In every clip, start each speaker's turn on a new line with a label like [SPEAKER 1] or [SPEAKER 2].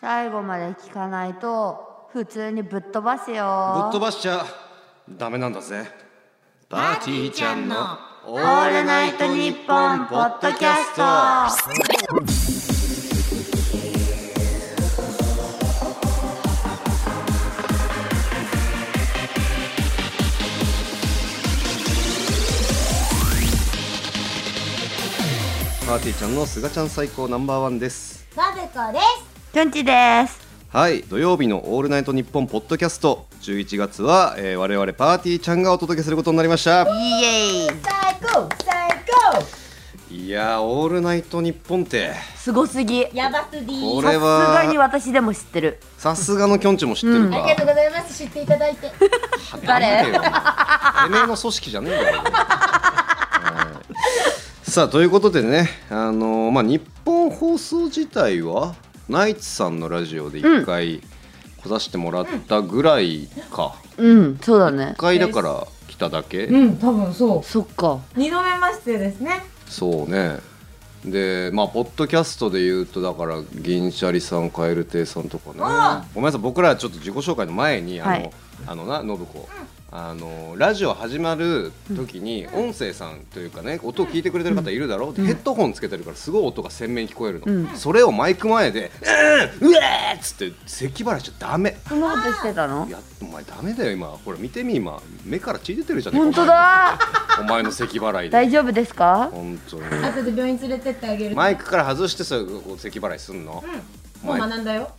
[SPEAKER 1] 最後まで聞かないと普通にぶっ飛ばす
[SPEAKER 2] ぶ
[SPEAKER 1] よ
[SPEAKER 2] っ飛ばしちゃダメなんだぜパ
[SPEAKER 3] ーティーちゃんの
[SPEAKER 2] オ
[SPEAKER 1] オールナイトニッポンポッドキャスト
[SPEAKER 2] パーティーちゃんのすがちゃん最高ナンバーワンです
[SPEAKER 3] ガブコです
[SPEAKER 1] きょんちです
[SPEAKER 2] はい土曜日のオールナイトニッポンポッドキャスト11月は、えー、我々パーティーちゃんがお届けすることになりました
[SPEAKER 1] イエーイ
[SPEAKER 3] 最高最高
[SPEAKER 2] いやーオールナイトニッポンって
[SPEAKER 1] すごすぎ
[SPEAKER 3] やばすぎ
[SPEAKER 2] こ
[SPEAKER 1] さ
[SPEAKER 2] れ
[SPEAKER 1] すがに
[SPEAKER 2] は
[SPEAKER 1] 私でも知ってる
[SPEAKER 2] さすがのきょんちも知ってる
[SPEAKER 3] あ
[SPEAKER 2] か
[SPEAKER 3] りがとうございます知っていただいて
[SPEAKER 1] 誰
[SPEAKER 2] てめえの組織じゃねえんだよはいさあということでね、あのーまあ、日本放送自体はナイツさんのラジオで1回来させてもらったぐらいか、
[SPEAKER 1] うんそうだね
[SPEAKER 2] 1回だから来ただけ、
[SPEAKER 3] うん多分そ
[SPEAKER 1] そっか
[SPEAKER 3] う二度目ましてですね
[SPEAKER 2] そうねでまあポッドキャストで言うとだから銀シャリさん蛙亭さんとかね
[SPEAKER 3] あ
[SPEAKER 2] ごめんなさい僕らちょっと自己紹介の前にあの、
[SPEAKER 1] はい
[SPEAKER 2] あのな信子、あのラジオ始まる時に音声さんというかね音を聞いてくれてる方いるだろう、でヘッドホンつけてるからすごい音が鮮明に聞こえるの、
[SPEAKER 1] うん
[SPEAKER 2] それをマイク前で「うんうわー!」っつって咳払いしちゃダメ
[SPEAKER 1] そんなことしてたの
[SPEAKER 2] いやお前ダメだよ今ほら見てみ今目から血出てるじゃねえか
[SPEAKER 1] 本当だ
[SPEAKER 2] お前のお前の咳払いで
[SPEAKER 1] 大丈夫ですか
[SPEAKER 2] 本当に
[SPEAKER 3] 後で病院連れてってあげる
[SPEAKER 2] マイクから外してそういうこう咳払いすんの、
[SPEAKER 3] もう
[SPEAKER 2] マイ
[SPEAKER 3] 学んだよ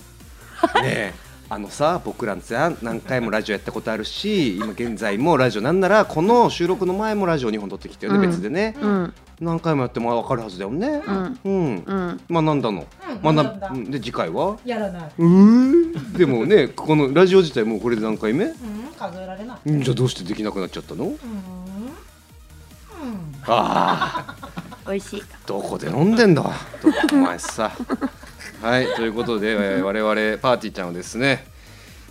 [SPEAKER 2] クねえあのさ僕らさ何回もラジオやったことあるし今現在もラジオなんならこの収録の前もラジオ2本撮ってきてよね、
[SPEAKER 1] うん
[SPEAKER 2] 別でね、
[SPEAKER 1] うん
[SPEAKER 2] 何回もやっても分かるはずだよね
[SPEAKER 1] ん
[SPEAKER 2] うん、
[SPEAKER 1] うん
[SPEAKER 2] 学んだの、
[SPEAKER 3] うん
[SPEAKER 2] 学ん
[SPEAKER 3] 学んだ
[SPEAKER 2] うんで次回は
[SPEAKER 3] やらないう
[SPEAKER 2] ーでもねこのラジオ自体もうこれで何回目
[SPEAKER 3] うん数えられない
[SPEAKER 2] うんじゃあどうしてできなくなっちゃったの
[SPEAKER 3] うんうん
[SPEAKER 2] ああ
[SPEAKER 1] 美味しい
[SPEAKER 2] どこで飲んでんだお前さはいということで、えー我々パーティーちゃんはですね、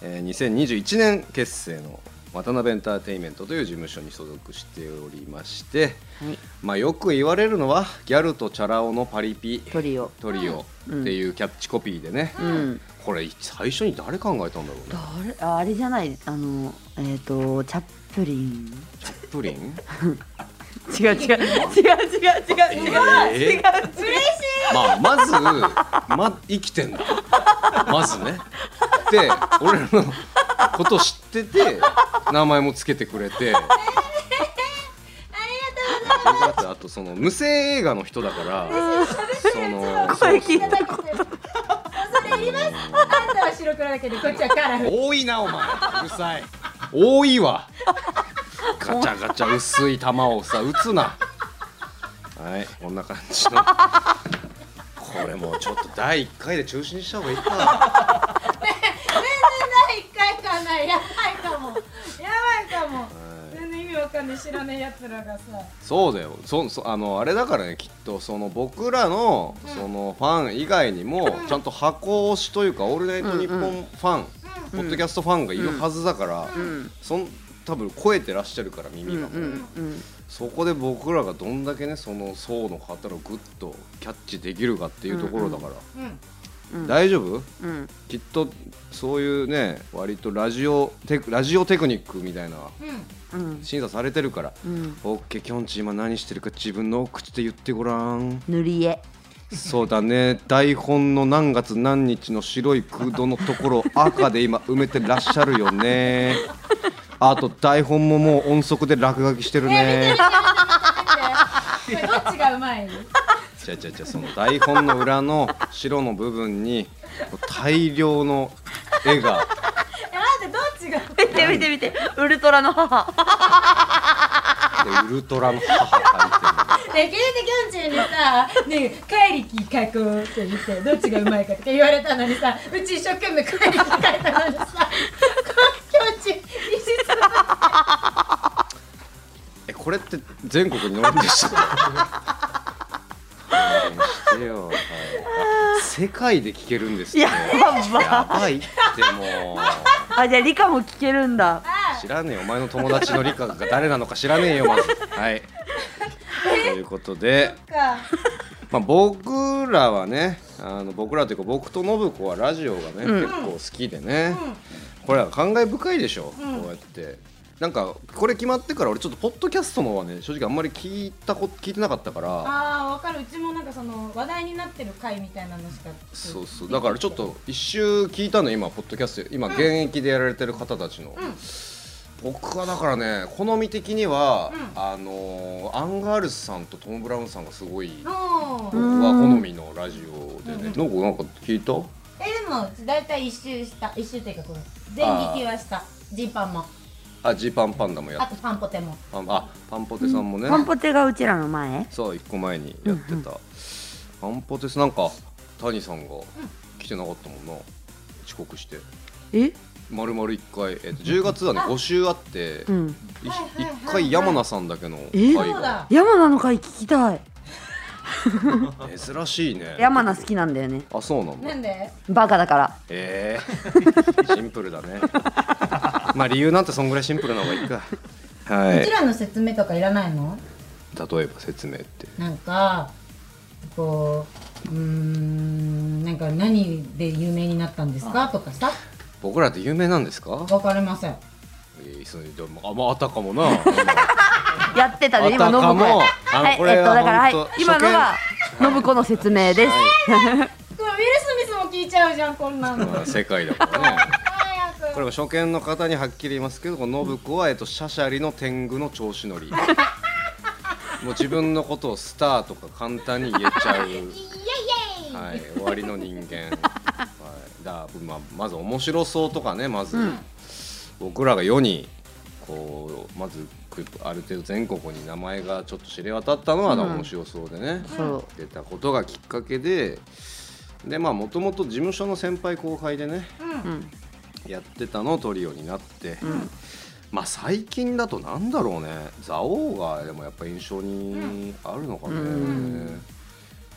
[SPEAKER 2] えー2021年結成の渡辺エンターテインメントという事務所に所属しておりまして、
[SPEAKER 1] はい
[SPEAKER 2] まあ、よく言われるのはギャルとチャラ男のパリピ
[SPEAKER 1] トリオ
[SPEAKER 2] トリオっていうキャッチコピーでね、
[SPEAKER 1] うん
[SPEAKER 2] これ最初に誰考えたんだろうね
[SPEAKER 1] 誰ああれじゃないあのえっ、とチャップリン
[SPEAKER 2] プリ ン
[SPEAKER 1] 違う違う違う違う違う違う
[SPEAKER 2] えーまあ、まず、ま、生きてんだ。まずね。で、俺らのこと知ってて、名前もつけてくれて。ありがとうあとその無声映画の人だから、その
[SPEAKER 1] 声聞いた
[SPEAKER 2] こ
[SPEAKER 3] あんたは白黒だけどこっちはカラフル
[SPEAKER 2] 多いなお前うるさい多いわガチャガチャ薄い球をさ打つなはいこんな感じのこれもうちょっと第1回で中止にした方がいいか
[SPEAKER 3] 一回かないやばいかもやばいかも全然意味わかんない知らないやつらがさ
[SPEAKER 2] そうだよそそあのあれだからねきっとその僕らの,、そのファン以外にも、ちゃんと箱推しというか「オールナイトニッポン」ファン、ポッドキャストファンがいるはずだから、そん多分超えてらっしゃるから耳がもう、
[SPEAKER 1] うん
[SPEAKER 2] そこで僕らがどんだけねその層の方をグッとキャッチできるかっていうところだから、
[SPEAKER 3] うん
[SPEAKER 1] うん
[SPEAKER 2] 大丈夫
[SPEAKER 1] うん
[SPEAKER 2] きっとそういうね割とラジオテクラジオテクニックみたいな
[SPEAKER 3] うん
[SPEAKER 1] うん
[SPEAKER 2] 審査されてるから。
[SPEAKER 1] うん
[SPEAKER 2] オッケーきょんち今何してるか自分の口で言ってごらん
[SPEAKER 1] 塗り絵
[SPEAKER 2] そうだね台本の何月何日の白い空洞のところを赤で今埋めてらっしゃるよねあと台本ももう音速で落書きしてるね
[SPEAKER 3] これどっちがうまい
[SPEAKER 2] じゃじゃじゃその台本の裏の白の部分に大量の絵が
[SPEAKER 3] え、待って、どっちが。
[SPEAKER 1] 見て見て見てウルトラの母
[SPEAKER 2] でウルトラの母描い
[SPEAKER 3] ね、聞
[SPEAKER 2] て
[SPEAKER 3] いてきょんちんにさ、ねえ、怪力書こうって言って、どっちがうまいかとか言われたのにさ。うち一生懸命怪力書いたのにさ。こんきょんちん、技術だ。
[SPEAKER 2] るえこれって全国に載るんでした してよ、はいあ世界で聞けるんですね
[SPEAKER 1] やば
[SPEAKER 2] やばいってもう
[SPEAKER 1] あじゃあ理科も聞けるんだ
[SPEAKER 2] 知らねえよお前の友達の理科が誰なのか知らねえよまずはいということで
[SPEAKER 3] か。
[SPEAKER 2] まあ、僕らはねあの僕らというか僕と信子はラジオがね、
[SPEAKER 1] うん
[SPEAKER 2] 結構好きでね、これは感慨深いでしょ、こうやってなんかこれ決まってから俺ちょっとポッドキャストの方はね正直あんまり聞いたこ聞いてなかったから
[SPEAKER 3] ああわかるうちもなんかその話題になってる回みたいなのしか
[SPEAKER 2] そうそうだからちょっと一周聞いたの今ポッドキャスト今現役でやられてる方たちの、僕はだからね好み的には、あのーアンガールズさんとトム・ブラウンさんがすごい、
[SPEAKER 3] もう
[SPEAKER 2] 僕は好みのラジオでね、なんかなんか聞いた
[SPEAKER 3] えでも大体一周した一周っていうかこの全撃はしたジーパンも
[SPEAKER 2] あジーパンパンダもや
[SPEAKER 3] あ
[SPEAKER 2] っ
[SPEAKER 3] とパンポテも
[SPEAKER 2] パンあパンポテさんもね、
[SPEAKER 1] パンポテがうちらの前
[SPEAKER 2] そう一個前にやってた、パンポテさんなんか谷さんが来てなかったもんな遅刻して
[SPEAKER 1] え
[SPEAKER 2] まるまる一回、えっと、10月はね
[SPEAKER 3] あ
[SPEAKER 2] 5週あって、
[SPEAKER 1] う
[SPEAKER 2] い
[SPEAKER 1] ん
[SPEAKER 2] 一
[SPEAKER 3] はいはいはいはい
[SPEAKER 2] 回山名さんだけの会
[SPEAKER 1] え
[SPEAKER 3] そう
[SPEAKER 2] が
[SPEAKER 3] だ
[SPEAKER 1] 山名の会聞きたい
[SPEAKER 2] 珍しいね
[SPEAKER 1] 山名好きなんだよね
[SPEAKER 2] あそうなん
[SPEAKER 3] な
[SPEAKER 2] だ
[SPEAKER 3] んで
[SPEAKER 1] バカだから
[SPEAKER 2] えー、 シンプルだねまあ理由なんてそんぐらいシンプルな方がいいかは
[SPEAKER 3] う
[SPEAKER 2] い
[SPEAKER 3] ちらの説明とかいらないの
[SPEAKER 2] 例えば説明って
[SPEAKER 3] なんかこううーんなんか何で有名になったんですかとかさ
[SPEAKER 2] 僕らって有名なんですか
[SPEAKER 3] わかりません
[SPEAKER 2] いやそれでもあまああたかもな
[SPEAKER 1] やってたね今
[SPEAKER 2] あ
[SPEAKER 1] 信
[SPEAKER 2] た
[SPEAKER 1] 子
[SPEAKER 2] かも
[SPEAKER 1] が
[SPEAKER 2] あ
[SPEAKER 1] はいえっ
[SPEAKER 2] ことれは
[SPEAKER 1] だからはい
[SPEAKER 2] 本当
[SPEAKER 1] 今のが信子の説明です
[SPEAKER 3] これウィル・スミスも聞いちゃうじゃんこんなの
[SPEAKER 2] まあ世界だからね
[SPEAKER 3] 早
[SPEAKER 2] これも初見の方にはっきり言いますけどこの信子は、えっと、シャシャリの天狗の調子乗りもう自分のことをスターとか簡単に言えちゃう
[SPEAKER 3] イエイイエイ
[SPEAKER 2] はい、終わりの人 間、はい、だまあまず面白そうとかねまず、僕らが世にこうまずくある程度全国に名前がちょっと知れ渡ったのは、
[SPEAKER 1] うん
[SPEAKER 2] 面白そうでね、
[SPEAKER 1] そう
[SPEAKER 2] 出たことがきっかけででまあもともと事務所の先輩後輩でね
[SPEAKER 1] うん
[SPEAKER 2] やってたのをトリオになって、まあ最近だとなんだろうね蔵王がでもやっぱ印象にあるのかね、
[SPEAKER 1] うん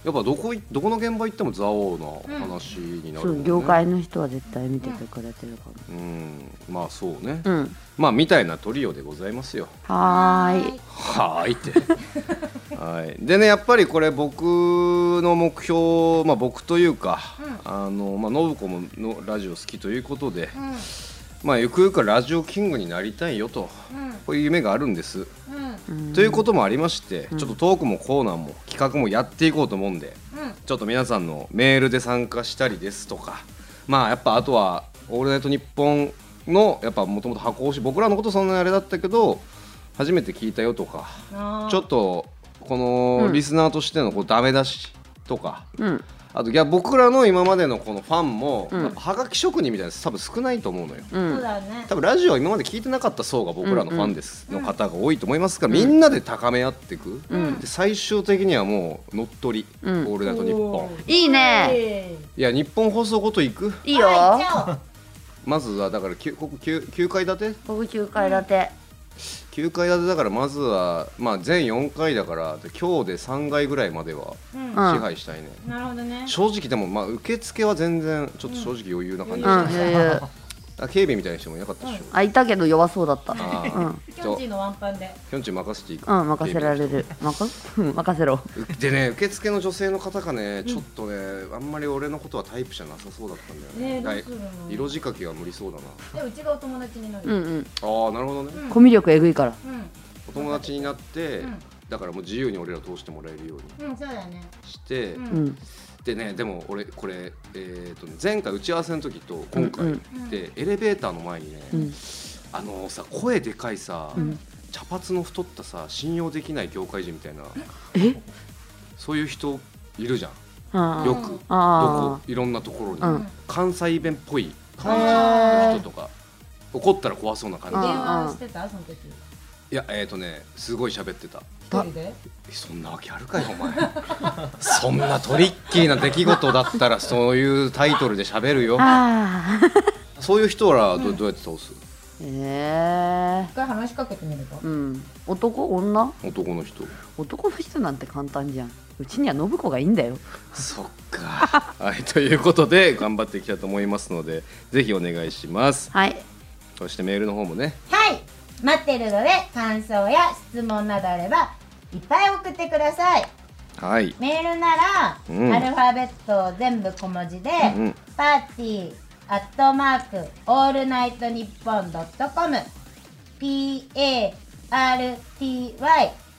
[SPEAKER 2] やっぱどこいどこの現場行っても蔵王の話になる
[SPEAKER 1] そ
[SPEAKER 2] もんね、
[SPEAKER 1] う業界の人は絶対見ててくれてるかも
[SPEAKER 2] うんまあそうね、
[SPEAKER 1] うん
[SPEAKER 2] まあみたいなトリオでございますよ
[SPEAKER 1] はーい
[SPEAKER 2] はーいって はいでねやっぱりこれ僕の目標まあ僕というか、あのまあ信子ものラジオ好きということで、まあゆくゆくはラジオキングになりたいよとこういう夢があるんです、
[SPEAKER 3] うんうんうん
[SPEAKER 1] うん
[SPEAKER 2] ということもありまして、ちょっとトークもコーナーも企画もやっていこうと思うんで、
[SPEAKER 3] うん
[SPEAKER 2] ちょっと皆さんのメールで参加したりですとかまあやっぱあとは「オールナイトニッポン」のやっぱもともと箱推し僕らのことそんなにあれだったけど初めて聞いたよとか
[SPEAKER 3] あー
[SPEAKER 2] ちょっとこのリスナーとしてのこうダメ出しとか、
[SPEAKER 1] うん
[SPEAKER 2] あといや僕らの今までのこのファンも、
[SPEAKER 1] うん
[SPEAKER 2] やっぱはがき職人みたいなやつ多分少ないと思うのよ。
[SPEAKER 1] う
[SPEAKER 3] そうんだね
[SPEAKER 2] 多分ラジオ今まで聞いてなかった層が僕らのファンです、
[SPEAKER 3] うんうん
[SPEAKER 2] の方が多いと思いますから、みんなで高め合っていく、
[SPEAKER 1] うん
[SPEAKER 2] で最終的にはもう乗っ取り「
[SPEAKER 1] うん
[SPEAKER 2] オールナイトニッポン」
[SPEAKER 1] いいね
[SPEAKER 2] いや日本放送ごと行く
[SPEAKER 1] いいよ
[SPEAKER 3] あ行っちゃおう
[SPEAKER 2] まずはだからきゅここ 9, 9階建て
[SPEAKER 1] ここ9階建て
[SPEAKER 2] 9階建てだからまずは、まあ、全4回だからで今日で3階ぐらいまでは
[SPEAKER 3] うん
[SPEAKER 2] 支配したいね、
[SPEAKER 3] なるほどね
[SPEAKER 2] 正直でもまあ受付は全然ちょっと正直余裕な感じ
[SPEAKER 1] うん
[SPEAKER 2] でした、
[SPEAKER 1] 余裕
[SPEAKER 2] あ警備みたいな人もいなかったでしょ、
[SPEAKER 1] あいたけど弱そうだった
[SPEAKER 2] あ
[SPEAKER 1] う
[SPEAKER 2] ー
[SPEAKER 1] ん
[SPEAKER 3] きょんちぃのワンパンで
[SPEAKER 2] きょんちぃ任せていく
[SPEAKER 1] うん任せられる任せうん任せろ
[SPEAKER 2] でね受付の女性の方がねちょっとね、あんまり俺のことはタイプじゃなさそうだったんだよね
[SPEAKER 3] ねえどう
[SPEAKER 2] だ
[SPEAKER 3] するの
[SPEAKER 2] い色仕掛けは無理そうだな
[SPEAKER 3] でうちがお友達になる
[SPEAKER 1] うんうん
[SPEAKER 2] ああなるほどね、
[SPEAKER 3] うん
[SPEAKER 1] コミュ力えぐいから
[SPEAKER 3] う
[SPEAKER 2] お友達になって、
[SPEAKER 3] うん
[SPEAKER 2] だからもう自由に俺ら通してもらえるように
[SPEAKER 3] んうんそうだね
[SPEAKER 2] して、
[SPEAKER 3] うん
[SPEAKER 1] うん
[SPEAKER 2] でねでも俺これ、えーとね前回打ち合わせの時と今
[SPEAKER 1] う
[SPEAKER 2] 回
[SPEAKER 1] ん
[SPEAKER 2] で、エレベーターの前にね、
[SPEAKER 1] うん
[SPEAKER 2] あのさ声でかいさ、
[SPEAKER 1] ん
[SPEAKER 2] 茶髪の太ったさ信用できない業界人みたいな
[SPEAKER 1] え
[SPEAKER 2] そういう人いるじゃん
[SPEAKER 1] あ
[SPEAKER 2] よ
[SPEAKER 1] ー
[SPEAKER 2] くどこ
[SPEAKER 1] あ
[SPEAKER 2] いろんなところに、
[SPEAKER 1] うん
[SPEAKER 2] 関西弁っぽい
[SPEAKER 1] ー
[SPEAKER 2] 感じの人とか怒ったら怖そうな
[SPEAKER 3] 電
[SPEAKER 2] 感じ
[SPEAKER 1] あ
[SPEAKER 3] 話してたその時
[SPEAKER 2] いやえっ、ー、とねすごい喋ってた
[SPEAKER 3] 一人で
[SPEAKER 2] そんなわけあるかよお前 そんなトリッキーな出来事だったらそういうタイトルで喋るよ
[SPEAKER 1] あー
[SPEAKER 2] そういう人らどどうやって倒す
[SPEAKER 1] え
[SPEAKER 3] 一回話しかけてみると
[SPEAKER 1] ーうん男女
[SPEAKER 2] 男の人
[SPEAKER 1] 男の人なんて簡単じゃんうちには信子がいいんだよ
[SPEAKER 2] そっか はいということで頑張っていきたいと思いますのでぜひお願いします
[SPEAKER 1] はい
[SPEAKER 2] そしてメールの方もね
[SPEAKER 3] はい待ってるので感想や質問などあればいっぱい送ってください
[SPEAKER 2] はい
[SPEAKER 3] メールなら、
[SPEAKER 2] うん
[SPEAKER 3] アルファベット全部小文字で、
[SPEAKER 2] うん
[SPEAKER 3] パーティーアットマークオールナイトニッポンドットコム PARTY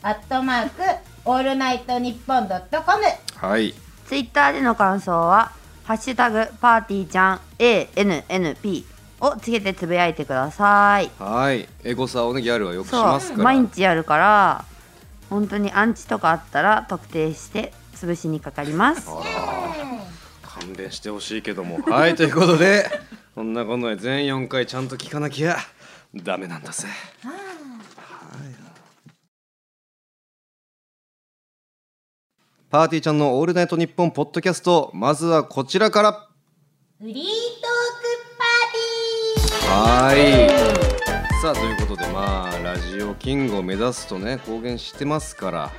[SPEAKER 3] アットマークオールナイトニッポンドットコム
[SPEAKER 2] はい
[SPEAKER 1] ツイッターでの感想は「ハッシュタグパーティーちゃん ANNP」をつけてつぶやいてください
[SPEAKER 2] はいエゴサをねギャルはよくし
[SPEAKER 1] そ
[SPEAKER 2] ます
[SPEAKER 1] う
[SPEAKER 2] から
[SPEAKER 1] 毎日やるから本当にアンチとかあったら特定して潰しにかかります
[SPEAKER 2] 勘弁してほしいけどもはいということでこんなことで全4回ちゃんと聞かなきゃダメなんだぜはいパーティーちゃんの「オールナイトニッポン」ポッドキャストまずはこちらから
[SPEAKER 3] フリートークパーティー
[SPEAKER 2] はいさあということでまあラジオキングを目指すとね公言してますから、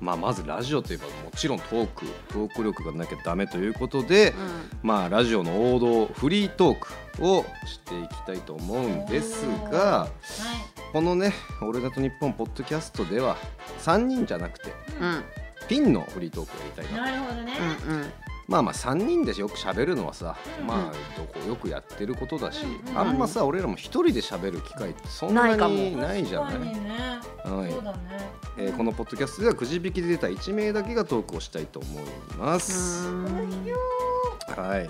[SPEAKER 2] まあ、まずラジオといえばもちろんトークトーク力がなきゃダメということで、まあラジオの王道フリートークをしていきたいと思うんですが
[SPEAKER 3] はい
[SPEAKER 2] このね「オールナイトニッポン」ポッドキャストでは3人じゃなくて
[SPEAKER 1] うんうん
[SPEAKER 2] ピンのフリートークをやりたいな
[SPEAKER 3] なるほどね、
[SPEAKER 1] うん
[SPEAKER 2] まあまあ3人でよく喋るのはさ、
[SPEAKER 3] うん
[SPEAKER 2] まあどこよくやってることだし、
[SPEAKER 3] うんうん
[SPEAKER 2] あんまさ俺らも一人で喋る機会ってそんな
[SPEAKER 1] ないか
[SPEAKER 2] に
[SPEAKER 1] も
[SPEAKER 2] ないじゃない
[SPEAKER 3] 確かにね
[SPEAKER 2] はい
[SPEAKER 3] そうだね
[SPEAKER 2] えーこのポッドキャストではくじ引きで出た1名だけがトークをしたいと思いま
[SPEAKER 1] う
[SPEAKER 2] す、
[SPEAKER 1] ん
[SPEAKER 2] はい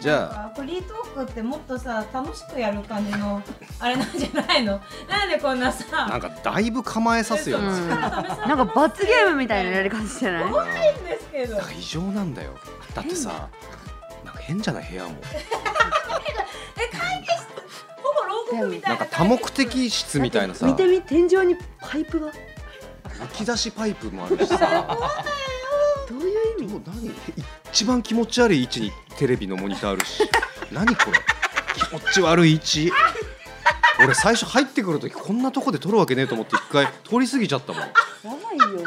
[SPEAKER 2] じゃあ
[SPEAKER 3] あフリートークってもっとさ楽しくやる感じのあれなんじゃないのなんでこんな
[SPEAKER 2] なん
[SPEAKER 3] さ
[SPEAKER 2] かだいぶ構えさすよ
[SPEAKER 1] う
[SPEAKER 2] な,、
[SPEAKER 1] んなんか罰ゲームみたいなやり方じゃない
[SPEAKER 3] 怖いんですけど
[SPEAKER 2] なんか異常なんだよだってさなんか変じゃない部屋も
[SPEAKER 3] え会議室ほぼ牢獄みた
[SPEAKER 2] ないん
[SPEAKER 3] な
[SPEAKER 2] か多目的室みたいなさ
[SPEAKER 1] 見て
[SPEAKER 2] む
[SPEAKER 1] み天井にパイプが
[SPEAKER 2] き出しパイプもあるしさ
[SPEAKER 1] どういう意味
[SPEAKER 2] もう何一番気持ち悪い位置にテレビのモニターある し何これ気持ち悪い位置俺最初入ってくる時こんなとこで撮るわけねえと思って一回通り過ぎちゃったもん
[SPEAKER 1] やばいよ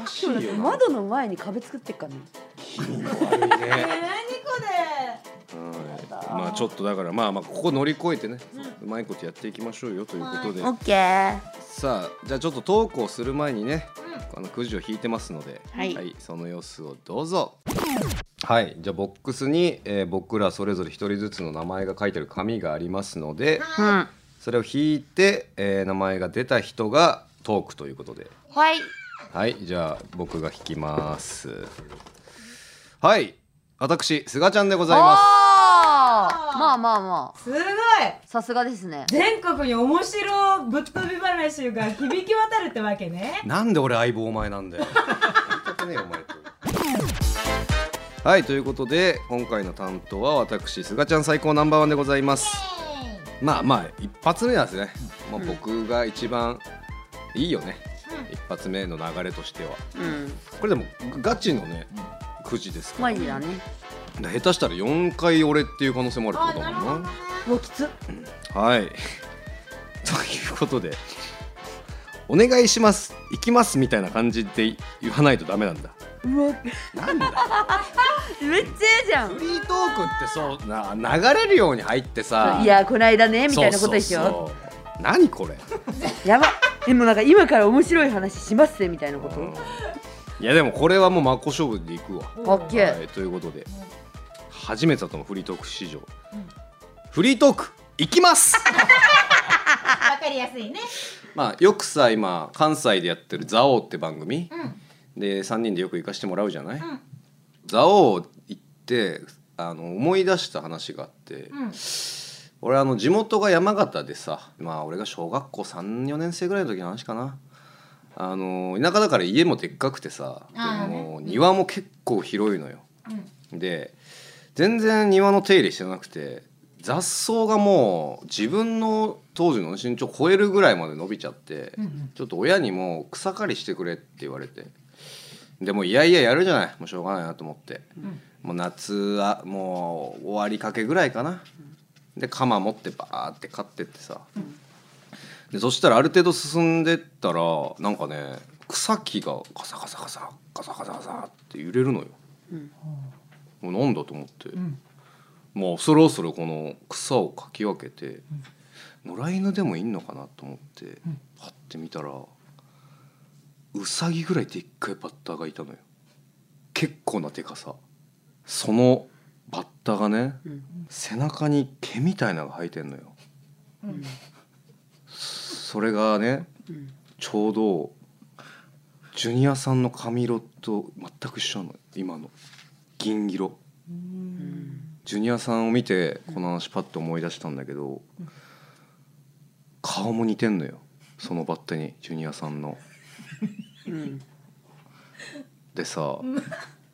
[SPEAKER 2] おかしいよな
[SPEAKER 1] 窓の前に壁作ってっからね
[SPEAKER 2] 悪い
[SPEAKER 3] えー
[SPEAKER 2] ね、
[SPEAKER 3] 何これ
[SPEAKER 2] はい、まあちょっとだからまあまあここ乗り越えてね、うまいことやっていきましょうよということで、
[SPEAKER 1] オッケー
[SPEAKER 2] さあじゃあちょっとトークをする前にね、あのくじを引いてますので、
[SPEAKER 1] はい
[SPEAKER 2] その様子をどうぞはいじゃあボックスに、えー僕らそれぞれ一人ずつの名前が書いてある紙がありますので
[SPEAKER 1] うんは
[SPEAKER 2] それを引いて、えー名前が出た人がトークということで
[SPEAKER 1] い
[SPEAKER 2] はいじゃあ僕が引きますはい私すがちゃんでございます
[SPEAKER 1] あーまあまあまあ
[SPEAKER 3] すごい
[SPEAKER 1] さすがですね
[SPEAKER 3] 全国に面白ぶっ飛び話が響き渡るってわけね
[SPEAKER 2] なんで俺相棒お前なんだよ。 はいということで今回の担当は私すがちゃん最高ナンバーワンでございます。まあまあ一発目はですね。まあ僕が一番いいよね。一発目の流れとしては
[SPEAKER 1] うん
[SPEAKER 2] これでもガチのねくじですか
[SPEAKER 1] マジだね
[SPEAKER 2] ら下手したら4回俺っていう可能性もあるってことだもんな。
[SPEAKER 1] うわきつ
[SPEAKER 2] はい ということでお願いします行きますみたいな感じで言わないとダメなんだ。
[SPEAKER 1] うわ
[SPEAKER 2] なんだ
[SPEAKER 1] めっちゃええじゃ
[SPEAKER 2] フリートークってそうな流れるように入ってさ
[SPEAKER 1] んいやこないだねみたいなことでし
[SPEAKER 2] そうそ
[SPEAKER 1] ょ
[SPEAKER 2] うそう何これ
[SPEAKER 1] やばでもなんか今から面白い話しますねみたいなこ
[SPEAKER 2] うん
[SPEAKER 1] と
[SPEAKER 2] いやでもこれはもう真っ向勝負でいくわ、
[SPEAKER 1] オッケ
[SPEAKER 2] は
[SPEAKER 1] ー
[SPEAKER 2] いということで初めてだと思うフリートーク史上、フリートーク行きます
[SPEAKER 3] わかりやすいね
[SPEAKER 2] まあよくさ今関西でやってる「蔵王」って番組、
[SPEAKER 3] ん
[SPEAKER 2] で3人でよく行かしてもらうじゃない、
[SPEAKER 3] ん
[SPEAKER 2] 蔵王行ってあの思い出した話があって、
[SPEAKER 3] うん
[SPEAKER 2] 俺あの地元が山形でさまあ俺が小学校34年生ぐらいの時の話かなあの田舎だから家もでっかくてさで
[SPEAKER 3] あーね
[SPEAKER 2] も庭も結構広いのよ、で全然庭の手入れしてなくて雑草がもう自分の当時の身長を超えるぐらいまで伸びちゃって、ちょっと親にもう草刈りしてくれって言われてでもいやいややるじゃないもうしょうがないなと思って、もう夏はもう終わりかけぐらいかな、で鎌持ってバーって買ってってさ、でそしたらある程度進んでったらなんかね草木がカサカサカサカサカサカサって揺れるのよ、もうなんだと思って、もうそろそろこの草をかき分けて、野良犬でもいんのかなと思って、パッて見たらウサギぐらいでっかいバッターがいたのよ結構なでかさそのバッターがね、
[SPEAKER 1] うん
[SPEAKER 2] 背中に毛みたいなのが生えてんのよ
[SPEAKER 3] うん
[SPEAKER 2] それがね
[SPEAKER 1] うん
[SPEAKER 2] ちょうどジュニアさんの髪色と全く一緒なの今の銀色
[SPEAKER 1] うん
[SPEAKER 2] ジュニアさんを見てこの話パッと思い出したんだけど、顔も似てんのよそのバッタにジュニアさんの。
[SPEAKER 1] うん
[SPEAKER 2] でさ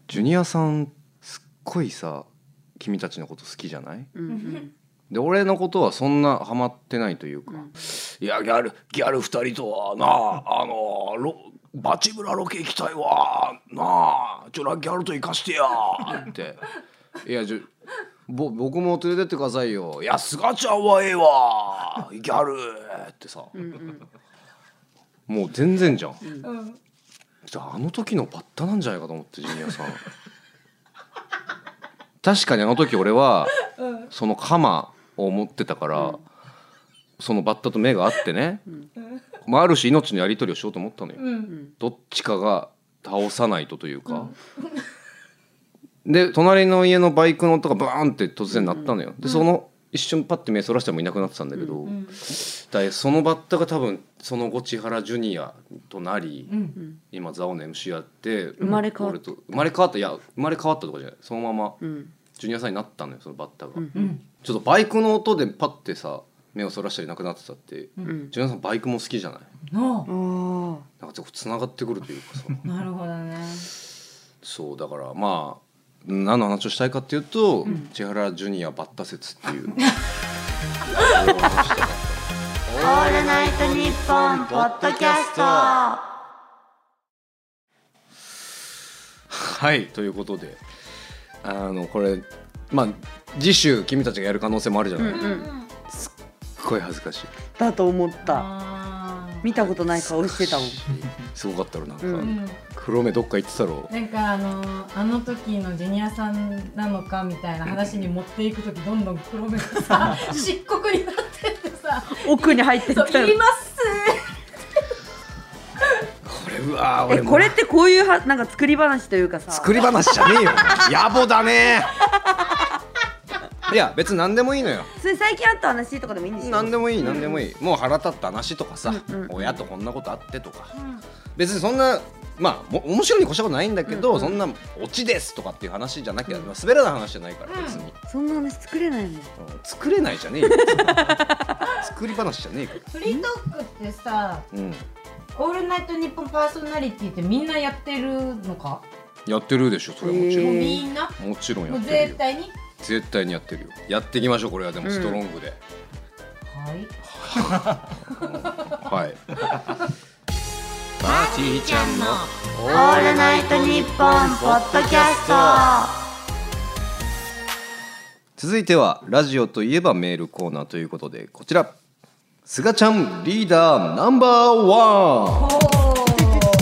[SPEAKER 2] ジュニアさんすっごいさ君たちのこと好きじゃない
[SPEAKER 1] うんうん
[SPEAKER 2] で俺のことはそんなハマってないというか、
[SPEAKER 1] うん
[SPEAKER 2] いやギャルギャル2人とはなああのロバチブラロケ行きたいわなあちょらギャルと行かしてやっていやじゅぼ僕も連れてってくださいよいやすがちゃんはええわギャルってさ
[SPEAKER 1] うんうん
[SPEAKER 2] もう全然じゃん
[SPEAKER 3] うん
[SPEAKER 2] じゃああの時のバッタなんじゃないかと思ってジュニアさん確かにあの時俺は
[SPEAKER 3] うん
[SPEAKER 2] その鎌を持ってたから、そのバッタと目が合ってね、まあ、ある種命のやり取りをしようと思ったのよ、
[SPEAKER 3] うん
[SPEAKER 2] どっちかが倒さないとというか、で隣の家のバイクの音がバーンって突然鳴ったのよ、でその一瞬パッて目そらしてもいなくなってたんだけど、
[SPEAKER 3] ん
[SPEAKER 2] だいそのバッタが多分その後千原ジュニアとなり、
[SPEAKER 3] うん
[SPEAKER 1] うん
[SPEAKER 2] 今ザオの MC やって
[SPEAKER 1] 生まれ変わっ
[SPEAKER 2] 俺と生まれ変わったいや生まれ変わったとかじゃないそのまま
[SPEAKER 1] うん
[SPEAKER 2] ジュニアさんになったのよそのバッターが、
[SPEAKER 1] うん
[SPEAKER 3] うん
[SPEAKER 2] ちょっとバイクの音でパッてさ目をそらしたりなくなってたって
[SPEAKER 1] うん
[SPEAKER 2] ジュニアさんバイクも好きじゃない
[SPEAKER 3] の
[SPEAKER 1] あ
[SPEAKER 2] なんかつながってくるというかさ
[SPEAKER 3] なるほどね
[SPEAKER 2] そうだからまあ何の話をしたいかっていうと、千原ジュニアバッタ説っていう
[SPEAKER 1] オールナイトニッポンポッドキャスト
[SPEAKER 2] はいということであのこれまあ次週君たちがやる可能性もあるじゃない、
[SPEAKER 1] うん
[SPEAKER 2] すっごい恥ずかしい
[SPEAKER 1] だと思った
[SPEAKER 3] あー
[SPEAKER 1] 見たことない顔してたもん
[SPEAKER 2] すごかったろなんか、
[SPEAKER 1] う
[SPEAKER 3] うん
[SPEAKER 2] 黒目どっか行ってたろ
[SPEAKER 3] なんかあのーあの時のジュニアさんなのかみたいな話に持っていく時どんどん黒目がさ漆黒になってってさ 「
[SPEAKER 1] 奥に入って
[SPEAKER 3] そう
[SPEAKER 1] たよ
[SPEAKER 3] 言います
[SPEAKER 2] これうわー
[SPEAKER 1] え
[SPEAKER 2] 俺も
[SPEAKER 1] これってこういうはなんか作り話というかさ
[SPEAKER 2] 作り話じゃ ねえよ野暮だねいや別に何でもいいのよ
[SPEAKER 1] それ最近あった話とかでもいいんですよ
[SPEAKER 2] 何でもいい何でもいい、もう腹立った話とかさ、
[SPEAKER 1] うんうん
[SPEAKER 2] 親とこんなことあってとか、別にそんなまあも面白いに越したことないんだけど、そんなオチですとかっていう話じゃなきゃ、まあ滑らない話じゃないから別に、
[SPEAKER 1] そんな話作れないもん
[SPEAKER 2] うん作れないじゃ ねえよ作り話じゃねえから」
[SPEAKER 3] フリートークってさ
[SPEAKER 2] うん
[SPEAKER 3] 「オールナイトニッポンパーソナリティ」ってみんなやってるのか、
[SPEAKER 2] やってるでしょそれはもちろ
[SPEAKER 1] へ
[SPEAKER 2] ん、
[SPEAKER 1] え
[SPEAKER 3] みんな
[SPEAKER 2] もちろんや
[SPEAKER 3] もう
[SPEAKER 2] ってる
[SPEAKER 3] 絶
[SPEAKER 2] よ
[SPEAKER 3] 対に
[SPEAKER 2] 絶対にやってるよやっていきましょうこれはでもストロングで、
[SPEAKER 3] はい
[SPEAKER 2] はいマーティちゃんの
[SPEAKER 1] オールナイトニッポンポッドキャスト
[SPEAKER 2] 続いてはラジオといえばメールコーナーということでこちらすがちゃんリーダーナンバーワン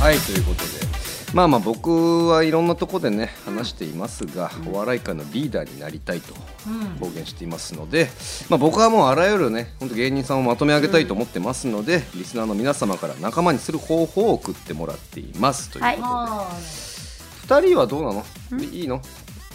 [SPEAKER 2] はいということでまあまあ僕はいろんなとこでね話していますが、お笑い界のリーダーになりたいと
[SPEAKER 3] うん
[SPEAKER 2] 公言していますので、まあ、僕はもうあらゆるね本当芸人さんをまとめ上げたいと思ってますので、リスナーの皆様から仲間にする方法を送ってもらっていますということで、
[SPEAKER 3] はい
[SPEAKER 2] 二人はどうなのいいの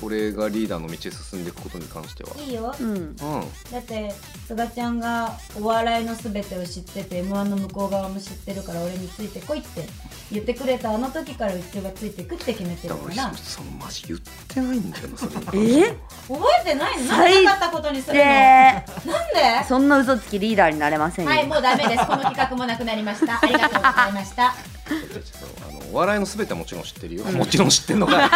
[SPEAKER 2] 俺がリーダーの道へ進んでいくことに関してはい
[SPEAKER 3] いよ
[SPEAKER 1] うん
[SPEAKER 2] うん
[SPEAKER 3] だってすがちゃんがお笑いのすべてを知ってて m 1の向こう側も知ってるから俺についてこいって言ってくれたあの時からうちがついてくって決めて
[SPEAKER 2] だ
[SPEAKER 3] る
[SPEAKER 2] から
[SPEAKER 3] か
[SPEAKER 2] 俺
[SPEAKER 3] ら
[SPEAKER 2] そのマジ言ってないんだよなそれ
[SPEAKER 1] え
[SPEAKER 3] 覚えてないの
[SPEAKER 1] 最低
[SPEAKER 3] なかったことにするのなん
[SPEAKER 1] で
[SPEAKER 3] で
[SPEAKER 1] そんな嘘つきリーダーになれませんよ、
[SPEAKER 3] はいもうダメですこの企画もなくなりましたありがとうございました
[SPEAKER 2] あのお笑いのすべてはもちろん知ってるよ、もちろん知ってんの かいじゃ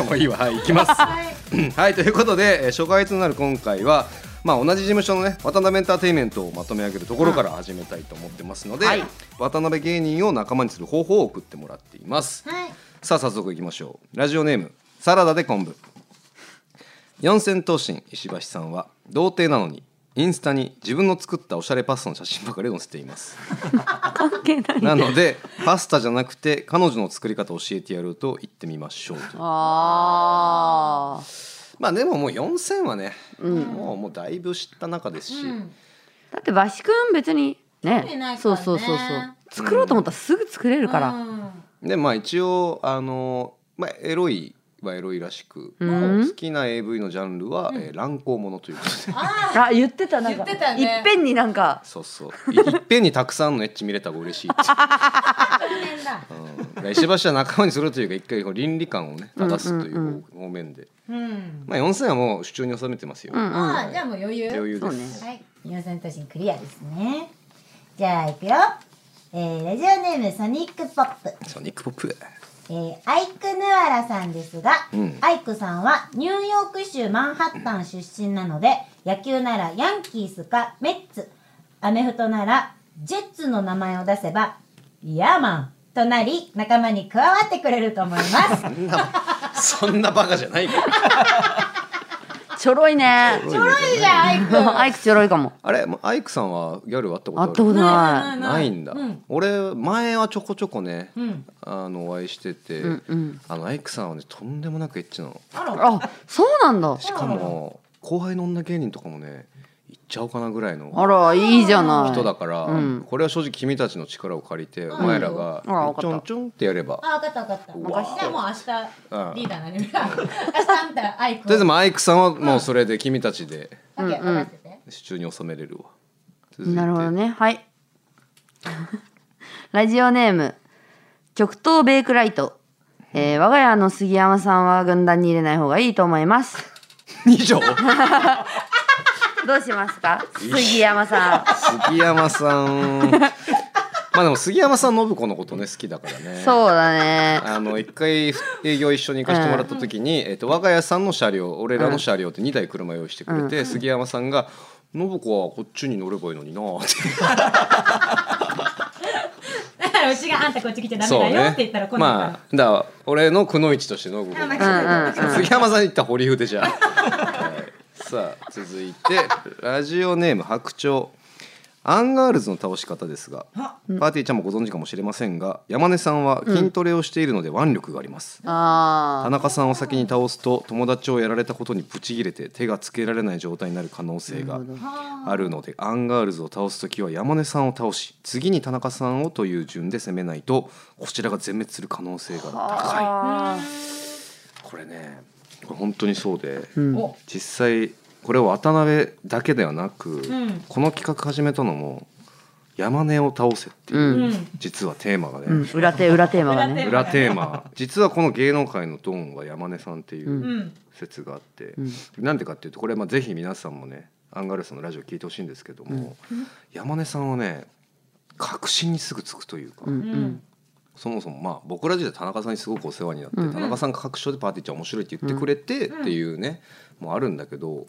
[SPEAKER 2] あもういいわはい行きます
[SPEAKER 3] はい
[SPEAKER 2] はいということで、えー初回となる今回は、まあ、同じ事務所のね渡辺エンターテインメントをまとめ上げるところから始めたいと思ってますので、
[SPEAKER 1] はい
[SPEAKER 2] 渡辺芸人を仲間にする方法を送ってもらっています、
[SPEAKER 3] はい
[SPEAKER 2] さあ早速いきましょうラジオネームサラダで昆布四千頭身石橋さんは童貞なのにインスタに自分の作ったおしゃれパスタの写真ばかり載せています
[SPEAKER 1] 関係ない
[SPEAKER 2] なの でパスタじゃなくて彼女の作り方を教えてやると言ってみましょうと
[SPEAKER 1] ああ
[SPEAKER 2] まあでももう4000はね、もうもうだいぶ知った中ですし、
[SPEAKER 3] うん
[SPEAKER 1] だってバシ君別にね
[SPEAKER 3] 作れないからね
[SPEAKER 1] そうそうそうそう作ろうと思ったらすぐ作れるから、
[SPEAKER 3] うん
[SPEAKER 2] でまあ一応あの、まあ、エロいはエロいらしく、
[SPEAKER 1] うん
[SPEAKER 2] 好きな AV のジャンルは、えー乱行ものということで
[SPEAKER 3] あ
[SPEAKER 1] あ言ってたなんか
[SPEAKER 3] 言ってたね
[SPEAKER 1] いっぺんになんか
[SPEAKER 2] そうそういいっぺんにたくさんのエッチ見れた方が嬉しいって
[SPEAKER 3] あ大変だ
[SPEAKER 2] いう、うん、石橋は仲間にするというか一回こう倫理観をね正すという方方面で、
[SPEAKER 3] うん
[SPEAKER 2] まあ、4000はもう主張に収めてますよ、
[SPEAKER 1] うん
[SPEAKER 3] あーじゃあもう余裕
[SPEAKER 2] 余裕です、
[SPEAKER 1] そ
[SPEAKER 3] はい皆さん都心クリアですねじゃあいくよえー、ラジオネームソニックポップ
[SPEAKER 2] ソニックポップ
[SPEAKER 3] えー、アイク・ヌアラさんですが、
[SPEAKER 2] うん
[SPEAKER 3] アイクさんはニューヨーク州マンハッタン出身なので、野球ならヤンキースかメッツ、アメフトならジェッツの名前を出せば、ヤーマンとなり、仲間に加わってくれると思い ます。
[SPEAKER 2] そんなそんなバカじゃないから
[SPEAKER 1] ちょろいね
[SPEAKER 3] ちょろいじゃん、アイク。
[SPEAKER 1] アイクちょろいかも
[SPEAKER 2] あれもうアイクさんはギャル会ったことあ
[SPEAKER 1] 会
[SPEAKER 2] る
[SPEAKER 1] ったこと
[SPEAKER 3] な
[SPEAKER 1] ないい
[SPEAKER 2] ないんだ、
[SPEAKER 3] うん
[SPEAKER 2] 俺前はちょこちょこね、
[SPEAKER 3] うん
[SPEAKER 2] あのお会いしてて、
[SPEAKER 1] うんうん
[SPEAKER 2] あのアイクさんはねとんでもなくエッチなの
[SPEAKER 3] あら、
[SPEAKER 1] あそうなんだ
[SPEAKER 2] しかも後輩の女芸人とかもね行っちゃおうかなぐらい
[SPEAKER 1] あ
[SPEAKER 2] の
[SPEAKER 1] らいいじゃない
[SPEAKER 2] 人だから、
[SPEAKER 1] うん
[SPEAKER 2] これは正直君たちの力を借りて、お前らが
[SPEAKER 1] うんあわかった
[SPEAKER 2] ちょんちょんってやれば、
[SPEAKER 3] あ、分かった分かった。
[SPEAKER 2] 昔
[SPEAKER 3] じゃあもう明日、
[SPEAKER 2] うん
[SPEAKER 3] リーダーになります。明日あんた、アイクを。
[SPEAKER 2] とりあえずまあアイクさんはもうそれで君たちで
[SPEAKER 3] オッケー任せて。
[SPEAKER 2] 手中に収めれるわ続いて
[SPEAKER 1] なるほどねはい ラジオネーム極東ベイクライト、えー、我が家の杉山さんは軍団に入れない方がいいと思います
[SPEAKER 2] 以上
[SPEAKER 1] どうしますか杉山さ
[SPEAKER 2] 杉山さん まあでも杉山さん信子のことね好きだから
[SPEAKER 1] ん
[SPEAKER 2] ね
[SPEAKER 1] そうだね
[SPEAKER 2] あの一回営業一緒に行かせてもらった時に、えっと我が家さんの車両俺らの車両って2台車用意してくれて、杉山さんが「信子はこっちに乗ればいいのにな」って
[SPEAKER 3] だからうちがあんたこっち来ちゃダメだよって言ったら来ないから。
[SPEAKER 2] まあだから俺のくのいちとして信子
[SPEAKER 3] あまあ
[SPEAKER 1] うんうんうん
[SPEAKER 2] 杉山さん行った堀筆 じゃん、はいさあ続いてラジオネーム白鳥アンガールズの倒し方ですがパーティーちゃんもご存知かもしれませんが山根さんは筋トレをしているので腕力があります、田
[SPEAKER 1] あ
[SPEAKER 2] 中さんを先に倒すと友達をやられたことにブチギレて手がつけられない状態になる可能性があるのでアンガールズを倒す時は山根さんを倒し次に田中さんをという順で攻めないとこちらが全滅する可能性が高
[SPEAKER 1] あ
[SPEAKER 2] いこれねこれ本当にそうで、
[SPEAKER 3] お
[SPEAKER 2] 実際これは渡辺だけではなく、
[SPEAKER 3] ん
[SPEAKER 2] この企画始めたのも山根を倒せっていう、
[SPEAKER 1] うん
[SPEAKER 3] うん。
[SPEAKER 2] 実はテーマがね、
[SPEAKER 1] うん、裏手裏テーマが
[SPEAKER 3] 裏テー
[SPEAKER 1] ね
[SPEAKER 2] 裏テーマ実はこの芸能界のドンは山根さんっていう。
[SPEAKER 1] うん
[SPEAKER 3] うん。
[SPEAKER 2] 説があって、なんでかっていうとこれまあぜひ皆さんもねアンガールズさんのラジオ聞いてほしいんですけども、山根さんはね確信にすぐつくというか、
[SPEAKER 1] うんうん
[SPEAKER 2] そもそもまあ僕ら時代田中さんにすごくお世話になって、
[SPEAKER 1] うん
[SPEAKER 2] 田中さんが各所でパーティーちゃん面白いって言ってくれてっていうね、もあるんだけど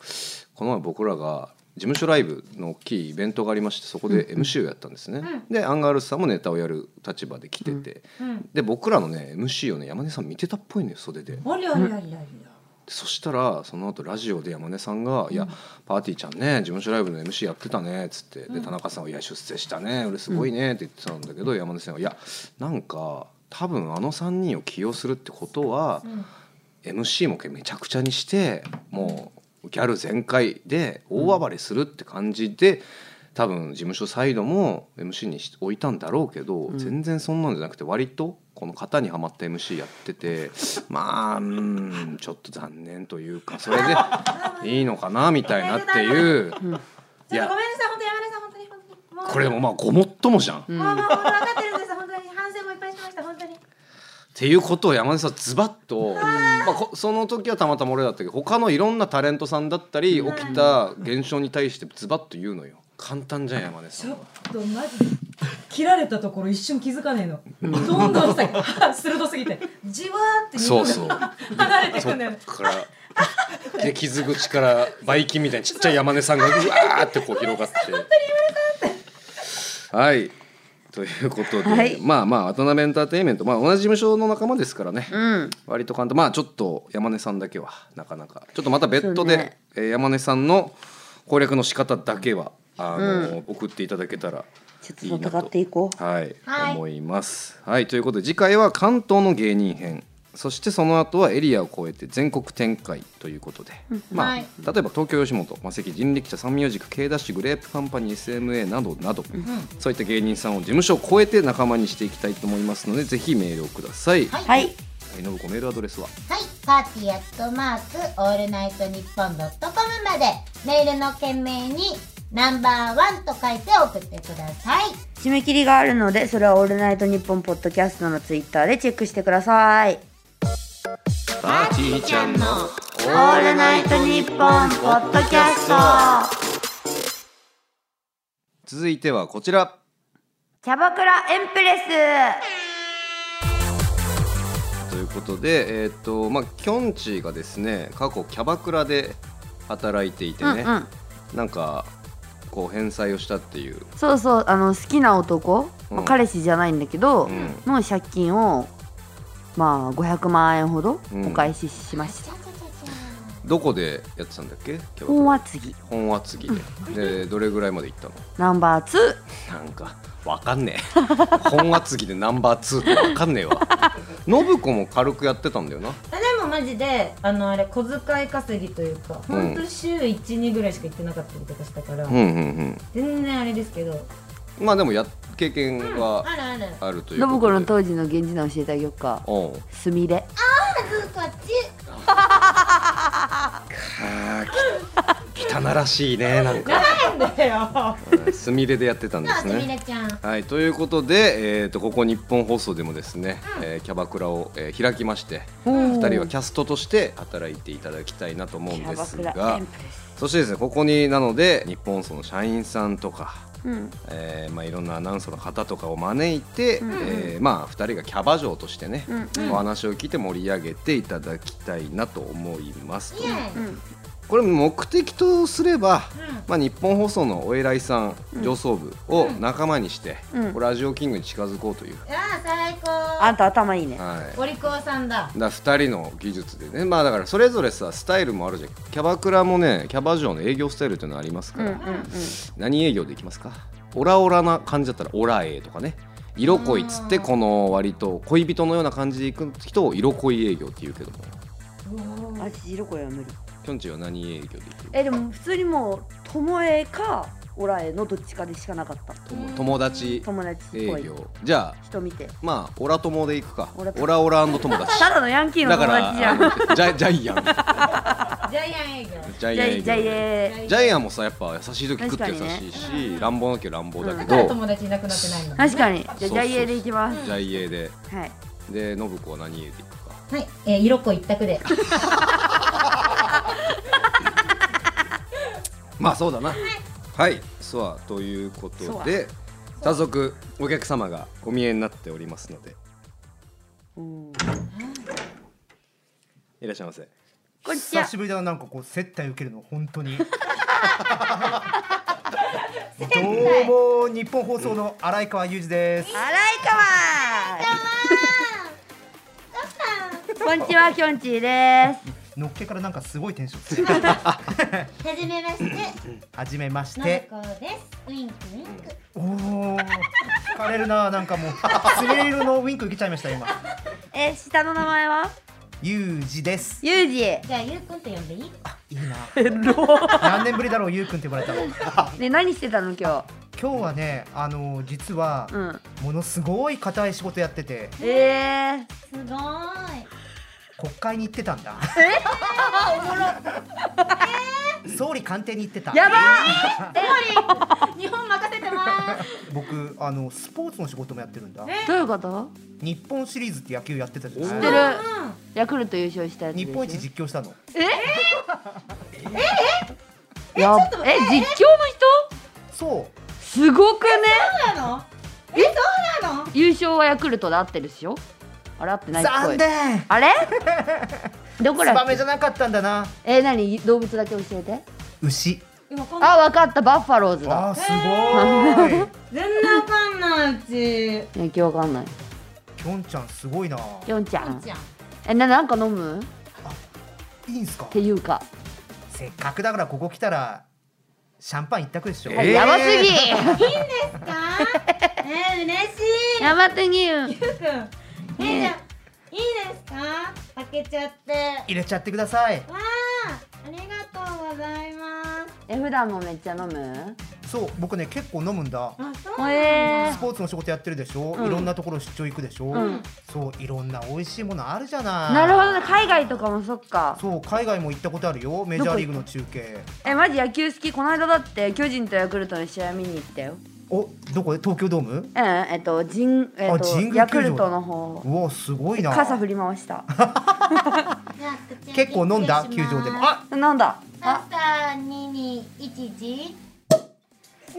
[SPEAKER 2] この前僕らが事務所ライブの大きいイベントがありましてそこで MC をやったんですね、でアンガールズさんもネタをやる立場で来てて、
[SPEAKER 3] うん。
[SPEAKER 2] で僕らのね MC をね山根さん見てたっぽいのよ袖で。
[SPEAKER 3] おりおりおりおり
[SPEAKER 2] そしたらその後ラジオで山根さんが「いやパーティーちゃんね事務所ライブの MC やってたね」っつってで田中さんは「いや出世したね俺すごいね」って言ってたんだけど山根さんは「いやなんか多分あの3人を起用するってことは MC もめちゃくちゃにしてもうギャル全開で大暴れするって感じで。多分事務所サイドも MC にし置いたんだろうけど、全然そんなんじゃなくて割とこの型にはまった MC やって てまあうーんちょっと残念というかそれでいいのかなみたいなっていうい
[SPEAKER 3] ちょっと
[SPEAKER 2] や
[SPEAKER 3] ごめんなさい、本当に山根さん、本当に本当に。もう
[SPEAKER 2] これもまあごもっともじゃん、っ
[SPEAKER 3] もうもう本当分かってるんですよ、本当に反省もいっぱいしました、本当に。
[SPEAKER 2] ていうことを山根さんズバッと、まあ、こその時はたまたま俺だったけど他のいろんなタレントさんだったり起きた現象に対してズバッと言うのよ簡単じゃん山根さんは。
[SPEAKER 3] とマジで切られたところ一瞬気づかねえの。どんどんさ、 鋭すぎて、じわーって
[SPEAKER 2] そうそう
[SPEAKER 3] 離れて
[SPEAKER 2] そっ からで傷口からばい菌みたいにちっちゃい山根さんがうわーってこう広がって。はいということで、
[SPEAKER 1] はい
[SPEAKER 2] まあまあ渡辺エンターテインメント、まあ、同じ事務所の仲間ですからね、
[SPEAKER 1] うん
[SPEAKER 2] 割と簡単まあちょっと山根さんだけはなかなかちょっとまた別途
[SPEAKER 1] そ
[SPEAKER 2] で、
[SPEAKER 1] うね
[SPEAKER 2] えー山根さんの攻略の仕方だけはあの、送っていただけたら
[SPEAKER 1] ちょっと
[SPEAKER 2] いいな
[SPEAKER 1] 戦っていこう
[SPEAKER 2] はい、
[SPEAKER 3] はい
[SPEAKER 2] 思います。はいということで次回は関東の芸人編そしてその後はエリアを超えて全国展開ということで、まあ
[SPEAKER 3] はい
[SPEAKER 2] 例えば東京吉本マセキ人力車三明塾 K ダッシュグレープカンパニー SMA などなど、そういった芸人さんを事務所を超えて仲間にしていきたいと思いますのでぜひメールをください。
[SPEAKER 3] はい
[SPEAKER 1] はい
[SPEAKER 2] はい、信子メールアドレスは
[SPEAKER 3] はい、パーティーアットマークオールナイトニッポンドットコムまでメールの件名にナンバーワンと書いて送ってください。
[SPEAKER 1] 締め切りがあるのでそれは「オールナイトニッポン」ポッドキャストのツイッターでチェックしてください
[SPEAKER 2] パーティーちゃんの
[SPEAKER 1] 「オールナイトニッポン」ポッドキャスト
[SPEAKER 2] 続いてはこちら
[SPEAKER 1] キャバクラエンプレス
[SPEAKER 2] ということでえーっとまあきょんちぃがですね過去キャバクラで働いていてね、
[SPEAKER 1] うんうん
[SPEAKER 2] なんかこう返済をしたっていう
[SPEAKER 1] そうそうあの好きな男、
[SPEAKER 2] うん
[SPEAKER 1] まあ彼氏じゃないんだけど、
[SPEAKER 2] うん
[SPEAKER 1] の借金をまあ500万円ほど
[SPEAKER 2] うん
[SPEAKER 1] お返ししました、
[SPEAKER 2] どこでやってたんだっけキャバクラ
[SPEAKER 1] 本は次
[SPEAKER 2] 本厚木ででどれぐらいまで行ったの
[SPEAKER 1] ナンバー2
[SPEAKER 2] なんかわかんね え本厚木でナンバー2ってわかんねえわ信子も軽くやってたんだよな
[SPEAKER 4] でもマジであのあれ小遣い稼ぎというか
[SPEAKER 2] うん
[SPEAKER 4] 本当週12ぐらいしか行ってなかったりとかしたから、
[SPEAKER 2] うんうん
[SPEAKER 4] 全然あれですけど
[SPEAKER 2] うんまあでもや経験は
[SPEAKER 4] あるある
[SPEAKER 2] あるという
[SPEAKER 1] 信
[SPEAKER 2] こ
[SPEAKER 1] 子
[SPEAKER 2] と
[SPEAKER 1] の
[SPEAKER 2] で
[SPEAKER 1] 当時の源氏名教えてあげようか
[SPEAKER 2] おう
[SPEAKER 1] すみれ
[SPEAKER 3] こっち。
[SPEAKER 2] あーき 汚らしいねなんか
[SPEAKER 4] なんだよ
[SPEAKER 2] うんすみれでやってたんで
[SPEAKER 3] どう
[SPEAKER 2] す
[SPEAKER 3] すみ
[SPEAKER 2] ね
[SPEAKER 3] れちゃん。
[SPEAKER 2] はい、ということで、えー、とここ日本放送でもですね、えーキャバクラを、えー開きまして
[SPEAKER 1] 2
[SPEAKER 2] 2人はキャストとして働いていただきたいなと思うんです
[SPEAKER 1] キャバクラ
[SPEAKER 2] が
[SPEAKER 1] エンプレス、
[SPEAKER 2] そしてですねここになので日本放送の社員さんとか、
[SPEAKER 1] うん、
[SPEAKER 2] えーまあ、いろんなアナウンサーの方とかを招いて、えーまあ、2人がキャバ嬢としてね、お話を聞いて盛り上げていただきたいなと思いますと。
[SPEAKER 3] イエーイ。
[SPEAKER 2] これ目的とすれば、まあ、日本放送のお偉いさん上層部を仲間にして、
[SPEAKER 1] うん
[SPEAKER 2] これラジオキングに近づこうという、
[SPEAKER 3] ああ、最
[SPEAKER 1] あ
[SPEAKER 3] 高。
[SPEAKER 1] んた頭いいね
[SPEAKER 2] はい、
[SPEAKER 3] お利口さんだ。
[SPEAKER 2] だ2人の技術でねまあだからそれぞれさスタイルもあるじゃんキャバクラもねキャバ嬢の営業スタイルというのはあります
[SPEAKER 1] う
[SPEAKER 2] か
[SPEAKER 1] んう
[SPEAKER 2] ら、
[SPEAKER 1] んうん
[SPEAKER 2] 何営業でいきますかオラオラな感じだったらオラえとかね色恋っつってこの割と恋人のような感じでいく人を色恋営業って言うけども
[SPEAKER 1] 私色恋は無理
[SPEAKER 2] きょんちぃは何営業でいく
[SPEAKER 1] えでも普通にもう友えかオラえのどっちかでしかなかった
[SPEAKER 2] 友友達
[SPEAKER 1] 友達っ
[SPEAKER 2] 営
[SPEAKER 1] ぽい
[SPEAKER 2] 業じゃあ
[SPEAKER 1] 人見て
[SPEAKER 2] まあオラ友で行くか
[SPEAKER 1] オラ友
[SPEAKER 2] オラオラ友達
[SPEAKER 1] ただのヤンキー
[SPEAKER 2] だ
[SPEAKER 1] の
[SPEAKER 2] か
[SPEAKER 1] 友達じゃ
[SPEAKER 2] ら
[SPEAKER 1] ん
[SPEAKER 2] あのジャジャイア
[SPEAKER 4] ジャイア
[SPEAKER 2] ン
[SPEAKER 4] ン営業
[SPEAKER 2] ジャ
[SPEAKER 1] じ
[SPEAKER 2] イ
[SPEAKER 1] ゃ
[SPEAKER 2] アン
[SPEAKER 1] い
[SPEAKER 2] 営
[SPEAKER 1] じゃい
[SPEAKER 2] 業
[SPEAKER 1] え
[SPEAKER 2] ジャイアンもさやっぱ優しい時食って優しいし、乱暴なきゃ乱暴だけど、
[SPEAKER 4] 友達いなくなってないの
[SPEAKER 1] 確かにじ
[SPEAKER 2] そ
[SPEAKER 1] ゃあ
[SPEAKER 2] う
[SPEAKER 1] ジャイエーでいきます
[SPEAKER 2] ジャイエーで
[SPEAKER 1] はい
[SPEAKER 2] で信子は何エーでいくか
[SPEAKER 4] はい、えー、色子一択で
[SPEAKER 2] まあそうだなはいそわということで早速お客様がお見えになっておりますので
[SPEAKER 1] うん
[SPEAKER 2] いらっしゃいませ
[SPEAKER 1] こんにち
[SPEAKER 5] 久
[SPEAKER 1] は
[SPEAKER 5] しぶりだななんかこう接待受けるの本当にどうも日本放送の荒井川裕二です
[SPEAKER 1] 荒井川こんにちはきょんちぃです
[SPEAKER 5] のっけからなんかすごいテンションです
[SPEAKER 3] はじめまして。
[SPEAKER 5] はじめまし
[SPEAKER 3] の
[SPEAKER 5] て
[SPEAKER 3] りこです。ウインクウインク。
[SPEAKER 5] おお疲れるななんかもうスレ色のウィンク受けちゃいました今
[SPEAKER 1] え下の名前は
[SPEAKER 5] 裕二です
[SPEAKER 1] ゆうじね
[SPEAKER 3] じゃあ、ゆうくんって呼んでいい
[SPEAKER 5] いいな何年ぶりだろうゆうくんって呼ばれたの
[SPEAKER 1] 何してたの今
[SPEAKER 5] 今日はねあの実は
[SPEAKER 1] 日うん
[SPEAKER 5] ものすごい硬い仕事やってて
[SPEAKER 1] え
[SPEAKER 3] すごーい。
[SPEAKER 5] 国会に行ってたんだ総理官邸に行ってた
[SPEAKER 1] ー、やば
[SPEAKER 3] 日本任せてます。
[SPEAKER 5] 僕あのスポーツの仕事もやってるんだ
[SPEAKER 1] ーどういうこと
[SPEAKER 5] 日本シリーズって野球やってたじゃ
[SPEAKER 1] 知
[SPEAKER 5] な
[SPEAKER 1] って
[SPEAKER 5] いで
[SPEAKER 1] る
[SPEAKER 5] すか
[SPEAKER 1] ヤクルト優勝したやつでし
[SPEAKER 5] 日
[SPEAKER 1] ょ
[SPEAKER 5] 本一実況したの
[SPEAKER 1] やっえ実況の人
[SPEAKER 5] そ
[SPEAKER 1] すごくね
[SPEAKER 3] そうなの。え、そうなの。
[SPEAKER 1] 優勝はヤクルトで合ってるっしょあれ合って
[SPEAKER 5] う
[SPEAKER 1] ないっぽ
[SPEAKER 5] 残
[SPEAKER 1] い
[SPEAKER 5] 念
[SPEAKER 1] あれどこ
[SPEAKER 5] ツ
[SPEAKER 1] だ
[SPEAKER 5] バ
[SPEAKER 1] っ
[SPEAKER 5] メじ
[SPEAKER 1] け
[SPEAKER 5] ゃなかったんだな
[SPEAKER 1] えー、何動物だけ教えて
[SPEAKER 5] 牛
[SPEAKER 4] 今こん
[SPEAKER 1] あ、わかった、バッファローズだ。
[SPEAKER 5] あーすごーい
[SPEAKER 4] 全然わかんないうち
[SPEAKER 1] ね、今日わかんない。
[SPEAKER 5] きょんちゃんすごいな
[SPEAKER 1] きょんちゃん
[SPEAKER 3] じ。ゃん。
[SPEAKER 1] え、な、なんか飲む。っ
[SPEAKER 5] いいんすか
[SPEAKER 1] ていうか。
[SPEAKER 5] せっかくだからここ来たらシャンパン一択でしょ、
[SPEAKER 2] えー
[SPEAKER 1] やばすぎ。
[SPEAKER 3] か。えー、嬉しい。
[SPEAKER 1] やばすぎ。
[SPEAKER 3] ゆうくん。えー、じゃあ。いいですか。けちゃってわ
[SPEAKER 5] 入れちゃってください
[SPEAKER 3] あありがとうございます
[SPEAKER 1] え普段もめっちゃ飲む
[SPEAKER 5] そう僕ね結構飲むんだ
[SPEAKER 3] あそう
[SPEAKER 1] え
[SPEAKER 5] スポーツの仕事やってるでしょ、
[SPEAKER 1] うん
[SPEAKER 5] いろんなところ出張行くでしょ、
[SPEAKER 1] ん
[SPEAKER 5] そういろんな美味しいものあるじゃない
[SPEAKER 1] なるほどね海外とかもそっか
[SPEAKER 5] そう海外も行ったことあるよメジャーリーグの中継
[SPEAKER 1] えマジ野球好きこの間だって巨人とヤクルトの試合見に行ったよ
[SPEAKER 5] おどこで東京ドーム
[SPEAKER 1] うんえっとジン、えっ
[SPEAKER 5] あ
[SPEAKER 1] と
[SPEAKER 5] 神宮球
[SPEAKER 1] ヤク
[SPEAKER 5] 場だ
[SPEAKER 1] ルトの方
[SPEAKER 5] うわすごいな
[SPEAKER 1] 傘振り回した
[SPEAKER 3] じゃあ口
[SPEAKER 5] 結構飲んだ
[SPEAKER 3] 失
[SPEAKER 5] 球
[SPEAKER 3] 礼します
[SPEAKER 5] 場でもあ
[SPEAKER 1] なんだあ
[SPEAKER 3] 朝二二一時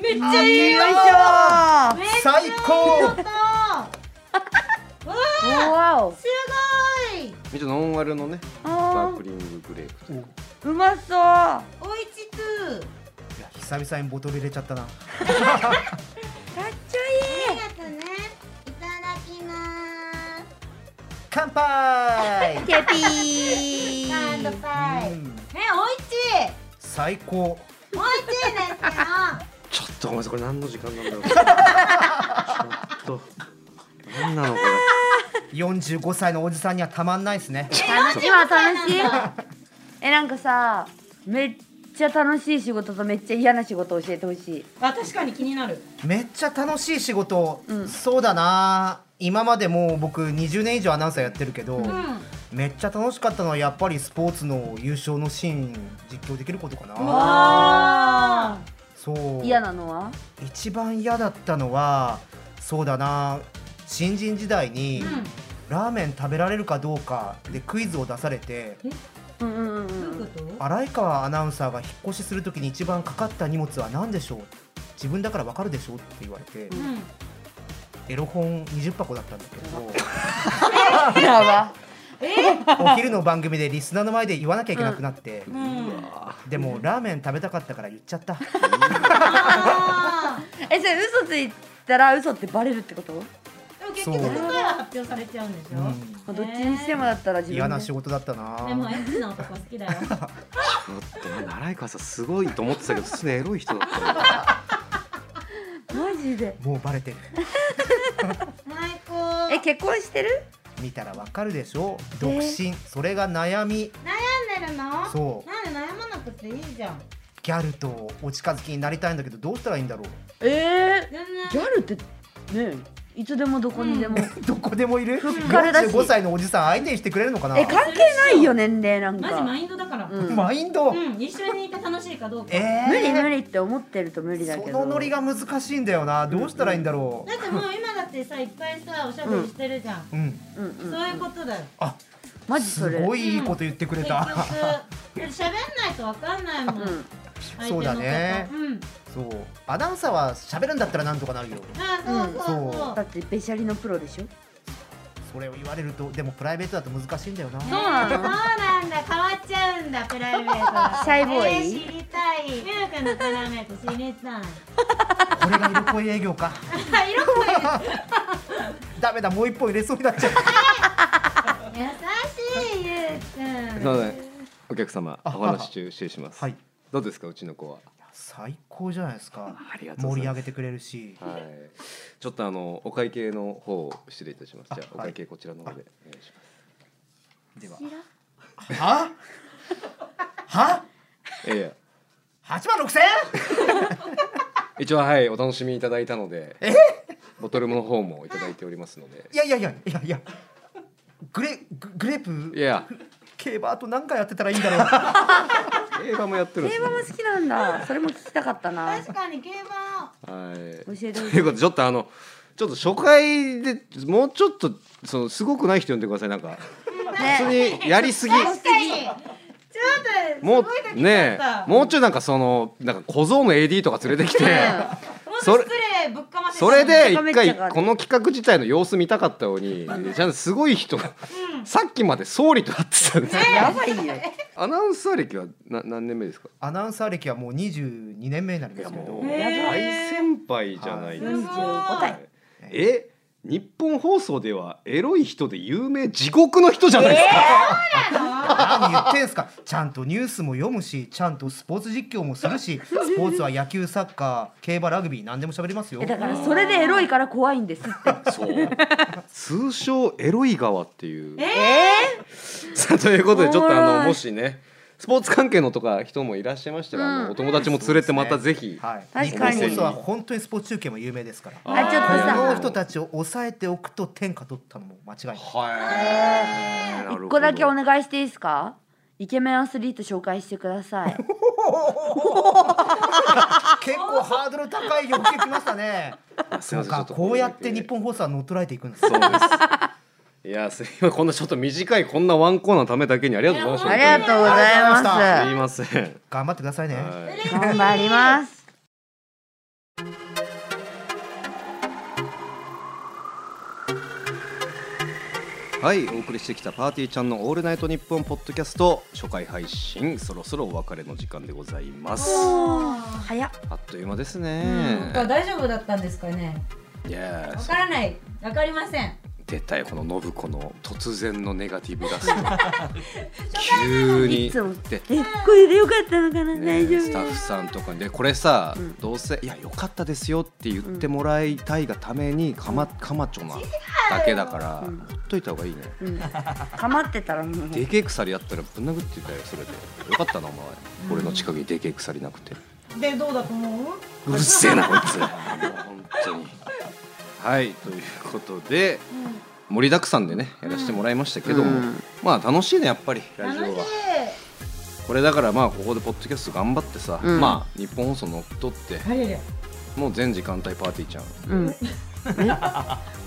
[SPEAKER 4] めっちゃいいよ
[SPEAKER 1] よ
[SPEAKER 3] め
[SPEAKER 5] 最高
[SPEAKER 3] っとわあ
[SPEAKER 1] いしょーわお
[SPEAKER 3] すごい
[SPEAKER 2] 見てノンアルのねスパ
[SPEAKER 1] あ
[SPEAKER 2] ークリンググレープ
[SPEAKER 5] おいう
[SPEAKER 1] まそう
[SPEAKER 3] おいちつ
[SPEAKER 5] や久々にボトル入れちゃったな
[SPEAKER 3] あり
[SPEAKER 1] かっちょいい
[SPEAKER 3] がとうねいただきます
[SPEAKER 5] 乾 杯、
[SPEAKER 1] ケピ
[SPEAKER 3] 乾
[SPEAKER 1] ー
[SPEAKER 3] 杯
[SPEAKER 5] う
[SPEAKER 3] ねおいち
[SPEAKER 5] ん
[SPEAKER 3] い
[SPEAKER 5] 最高
[SPEAKER 3] 美味しいですけど
[SPEAKER 2] ちょっとごめんなさいこれ何の時間なんだろ うちょっと何なのこ
[SPEAKER 5] 45歳のおじさんにはたまんないですね
[SPEAKER 1] 楽しい今楽しいえなんかさめっちゃ楽しい仕事とめっちゃ嫌な仕事教えてほしい
[SPEAKER 4] あ確かに気になる
[SPEAKER 5] めっちゃ楽しい仕事、
[SPEAKER 1] うん
[SPEAKER 5] そうだな今までもう僕20年以上アナウンサーやってるけど、
[SPEAKER 3] うん
[SPEAKER 5] めっちゃ楽しかったのはやっぱりスポーツの優勝のシーン実況できることかな
[SPEAKER 1] あ
[SPEAKER 5] そう
[SPEAKER 1] 嫌なのは
[SPEAKER 5] 一番嫌だったのはそうだな新人時代に、ラーメン食べられるかどうかでクイズを出されて
[SPEAKER 1] うんうんうんう
[SPEAKER 4] どういうんこと
[SPEAKER 5] 荒川アナウンサーが引っ越しするときに一番かかった荷物は何でしょう自分だからわかるでしょうって言われて、エロ本20箱だったんだ け
[SPEAKER 1] やば
[SPEAKER 5] どお昼の番組でリスナーの前で言わなきゃいけなくなって、でもラーメン食べたかったから言っちゃった
[SPEAKER 3] あ
[SPEAKER 1] えそれ嘘ついたら嘘ってバレるってこと、
[SPEAKER 4] でも結局
[SPEAKER 5] そう
[SPEAKER 4] 答えは発表されちゃうんでし
[SPEAKER 5] う
[SPEAKER 4] ょ、
[SPEAKER 5] ん
[SPEAKER 1] まあどっちにしてもだったら自分で
[SPEAKER 5] 嫌な仕事だったな
[SPEAKER 4] でもエッチな男好きだよ
[SPEAKER 2] れちょっと荒井川さんすごいと思ってたけど普通にエロい人だったの
[SPEAKER 1] マジで
[SPEAKER 5] もうバレてる
[SPEAKER 3] ー最高
[SPEAKER 1] え結婚してる
[SPEAKER 5] 見たらわかるでしょ独身、それが悩み
[SPEAKER 3] 悩んでるの
[SPEAKER 5] そう
[SPEAKER 3] なんで悩まなくていいじゃん
[SPEAKER 5] ギャルとお近づきになりたいんだけどどうしたらいいんだ ろう
[SPEAKER 1] え
[SPEAKER 3] 全
[SPEAKER 1] ー、ギ
[SPEAKER 3] 然
[SPEAKER 1] ャルってねいつでもどこにでも、
[SPEAKER 5] どこでもいる
[SPEAKER 1] からだし
[SPEAKER 5] 45歳のおじさん相手にしてくれるのかな
[SPEAKER 1] え関係ないよ年齢なんか
[SPEAKER 4] マジマインドだから、う
[SPEAKER 1] うんん
[SPEAKER 5] マインド、
[SPEAKER 4] 一緒にいて楽しいかどうか、
[SPEAKER 5] えー
[SPEAKER 1] 無理無理って思ってると無理だ
[SPEAKER 5] そ
[SPEAKER 1] けど
[SPEAKER 5] のノリが難しいんだよなどうしたらいいんだろ
[SPEAKER 3] だってもう今だってさいっぱいさおしゃべりしてるじゃん、
[SPEAKER 5] ううん
[SPEAKER 1] うんうん
[SPEAKER 3] そういうことだよ
[SPEAKER 5] あ
[SPEAKER 1] マジそ
[SPEAKER 5] す
[SPEAKER 1] れ
[SPEAKER 5] ごいいいこと言ってくれ
[SPEAKER 3] 結局
[SPEAKER 5] た
[SPEAKER 3] 喋んないとわかんないもん、
[SPEAKER 1] うん
[SPEAKER 3] 相手のこと
[SPEAKER 5] そうだね
[SPEAKER 3] うん
[SPEAKER 5] そうアナウンサーは喋るんだったらなんとかなるよ
[SPEAKER 3] あそうそうそう、
[SPEAKER 5] うん
[SPEAKER 1] だってべしゃりのプロでしょ
[SPEAKER 5] それを言われるとでもプライベートだと難しいんだよな
[SPEAKER 1] そうな
[SPEAKER 3] そう
[SPEAKER 1] の
[SPEAKER 3] なんだ変わっちゃうんだプライベートは
[SPEAKER 1] シャイボーイ
[SPEAKER 3] えー知りたいミュウ君のプライベート知りたい
[SPEAKER 5] これが色恋営業か
[SPEAKER 3] あ色もいい
[SPEAKER 5] ダメだもう一本入れそうになっちゃう
[SPEAKER 3] 優しいゆうくん
[SPEAKER 2] すいませんお客様お話し中失礼します、
[SPEAKER 5] はい
[SPEAKER 2] どうですかうちの子は
[SPEAKER 5] 最高じゃないですか
[SPEAKER 2] ありがとうございます
[SPEAKER 5] 盛り上げてくれるし
[SPEAKER 2] はいちょっとあのお会計の方を失礼いたしますじゃあお
[SPEAKER 5] はい
[SPEAKER 2] 会計こちらの方でお願いします
[SPEAKER 5] ではははい
[SPEAKER 2] やいや
[SPEAKER 5] 8万 6000?
[SPEAKER 2] 一応はいお楽しみいただいたのでボトルの方もいただいておりますので
[SPEAKER 5] いやいやいやいやいやグレググレープ
[SPEAKER 2] いや
[SPEAKER 5] 競馬あと何回やってたらいいんだろう
[SPEAKER 2] 競馬もやってるんで
[SPEAKER 1] 競
[SPEAKER 2] す
[SPEAKER 1] 馬
[SPEAKER 2] ね
[SPEAKER 1] も好きなんだそれも聞きたかったな
[SPEAKER 3] 確かに競馬
[SPEAKER 2] はい
[SPEAKER 1] 教えてほ
[SPEAKER 2] と
[SPEAKER 1] し
[SPEAKER 2] い
[SPEAKER 1] いう
[SPEAKER 2] ことでちょっとあのちょっと初回でもうちょっとそのすごくない人呼んでくださいなんか普
[SPEAKER 1] ね
[SPEAKER 2] 通にやりすぎ
[SPEAKER 3] 確かにちょっと
[SPEAKER 2] も
[SPEAKER 3] すごい時
[SPEAKER 2] う
[SPEAKER 3] 期だ
[SPEAKER 2] ね
[SPEAKER 3] った
[SPEAKER 2] えもうちょいなんかそのなんか小僧の AD とか連れてきて
[SPEAKER 3] もっと
[SPEAKER 2] それ
[SPEAKER 3] 失礼ぶっかませて
[SPEAKER 2] それで一
[SPEAKER 1] めっちゃ
[SPEAKER 2] 回この企画自体の様子見たかったのにちゃんとすごい人がさっきまで総理と会ってたんですよ
[SPEAKER 1] やばいよ
[SPEAKER 2] アナウンサー歴はな何年目ですか
[SPEAKER 5] アナウンサー歴はもう22年目になりますけど、
[SPEAKER 1] やばい
[SPEAKER 2] 大先輩じゃないです
[SPEAKER 1] 45
[SPEAKER 2] か。
[SPEAKER 1] 歳
[SPEAKER 2] え日本放送ではエロい人で有名地獄の人じゃないですか、
[SPEAKER 5] 何言ってんすかちゃんとニュースも読むしちゃんとスポーツ実況もするし スポーツは野球サッカー競馬ラグビー何でも喋りますよ
[SPEAKER 1] えだからそれでエロいから怖いんですって
[SPEAKER 2] そう通称エロい川っていう
[SPEAKER 1] え
[SPEAKER 2] さあ ということでちょっと
[SPEAKER 1] おも
[SPEAKER 2] あ
[SPEAKER 1] ろ
[SPEAKER 2] の
[SPEAKER 1] い
[SPEAKER 2] もしねスポーツ関係のとか人もいらっしゃいましたら、あ
[SPEAKER 1] うん
[SPEAKER 2] のお友達も連れてまたぜひ、
[SPEAKER 5] はい、
[SPEAKER 1] 確かに
[SPEAKER 5] 日本放送は本当にスポーツ中継も有名ですから
[SPEAKER 1] あちょっとさ
[SPEAKER 5] この人たちを抑えておくと天下取ったのも間違いない
[SPEAKER 2] はい、なるほど
[SPEAKER 1] 一個だけお願いしていいですかイケメンアスリート紹介してくださ い
[SPEAKER 5] 結構ハードル高い欲求きましたね
[SPEAKER 2] すいま
[SPEAKER 5] そ
[SPEAKER 2] せん
[SPEAKER 5] う
[SPEAKER 2] ちょ
[SPEAKER 5] か
[SPEAKER 2] っと
[SPEAKER 5] こうやって日本放送は乗っ取られていくんです
[SPEAKER 2] そうです。いや、すいません、こんなちょっと短い、こんなワンコーナーのためだけに、ありがとうございま
[SPEAKER 1] あ
[SPEAKER 2] し
[SPEAKER 1] り
[SPEAKER 2] た。
[SPEAKER 1] がとうござい
[SPEAKER 2] すい
[SPEAKER 1] ま
[SPEAKER 2] ません。
[SPEAKER 5] 頑張ってくださいね、
[SPEAKER 2] はい
[SPEAKER 1] す頑張ります
[SPEAKER 2] はい、お送りしてきたパーティーちゃんのオールナイトニッポンポッドキャスト初回配信、そろそろお別れの時間でございます。
[SPEAKER 1] 早っ
[SPEAKER 2] あっという間です
[SPEAKER 4] うん
[SPEAKER 2] ね。
[SPEAKER 4] これ大丈夫だったんですかね
[SPEAKER 2] いや
[SPEAKER 4] わ、からないわかりません
[SPEAKER 2] 出たよこの信子の突然のネガティブ出す。 急に。
[SPEAKER 1] いつも
[SPEAKER 2] で
[SPEAKER 1] えこれでよかったのかな、
[SPEAKER 2] ね
[SPEAKER 1] 大丈夫
[SPEAKER 2] スタッフさんとかにでこれさ、
[SPEAKER 1] うん
[SPEAKER 2] どうせ「いや良かったですよ」って言ってもらいたいがためにかま,、かまちょなだけだから、
[SPEAKER 1] うん
[SPEAKER 2] ほっといた方がいいね、
[SPEAKER 1] うんかまってたらもう
[SPEAKER 2] でけえ鎖あったらぶん殴ってたよそれでよかったなお前、俺の近くにでけえ鎖なくて
[SPEAKER 4] でどうだと思う
[SPEAKER 2] うるせえなこいつもう本当にはいということで、盛りだくさんでねやらせてもらいましたけども、
[SPEAKER 1] うん
[SPEAKER 2] まあ楽しいねやっぱりラジオ
[SPEAKER 3] 楽しい
[SPEAKER 2] は。これだからまあここでポッドキャスト頑張ってさ、
[SPEAKER 1] うん
[SPEAKER 2] まあ日本放送乗っ取って
[SPEAKER 4] あれれ
[SPEAKER 2] もう全時間帯パーティーちゃん
[SPEAKER 1] うん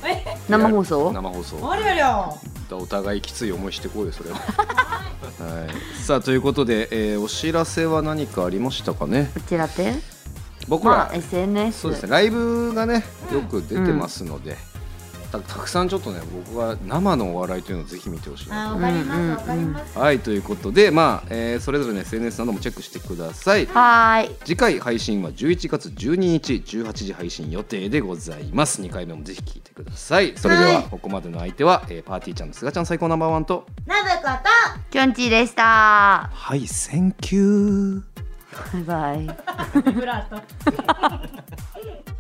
[SPEAKER 1] え
[SPEAKER 4] え
[SPEAKER 1] 生放送
[SPEAKER 2] 生放送
[SPEAKER 4] ありゃりゃ
[SPEAKER 2] お互いきつい思いしてこうよそれは、 はい、さあということで、えーお知らせは何かありましたかね
[SPEAKER 1] こちらって
[SPEAKER 2] 僕ら、
[SPEAKER 1] まあ SNS
[SPEAKER 2] そうですねライブがねよく出てますので、たたくさんちょっとね僕は生のお笑いというのをぜひ見てほしい
[SPEAKER 3] あ
[SPEAKER 2] なと
[SPEAKER 3] わかり
[SPEAKER 1] うんうんう
[SPEAKER 3] ま
[SPEAKER 1] ん
[SPEAKER 3] すわかります
[SPEAKER 2] はいということでまあ、えーそれぞれの SNS などもチェックしてください
[SPEAKER 1] はーい
[SPEAKER 2] 次回配信は11月12日18時配信予定でございます2回目もぜひ聞いてくださいそれではここまでの相手は、えーパーティーちゃんのすがちゃん最高ナンバーワンと
[SPEAKER 3] なぶこと
[SPEAKER 1] きょんちぃでした
[SPEAKER 2] はい、Thank you.
[SPEAKER 1] バイバイ
[SPEAKER 4] ーブラート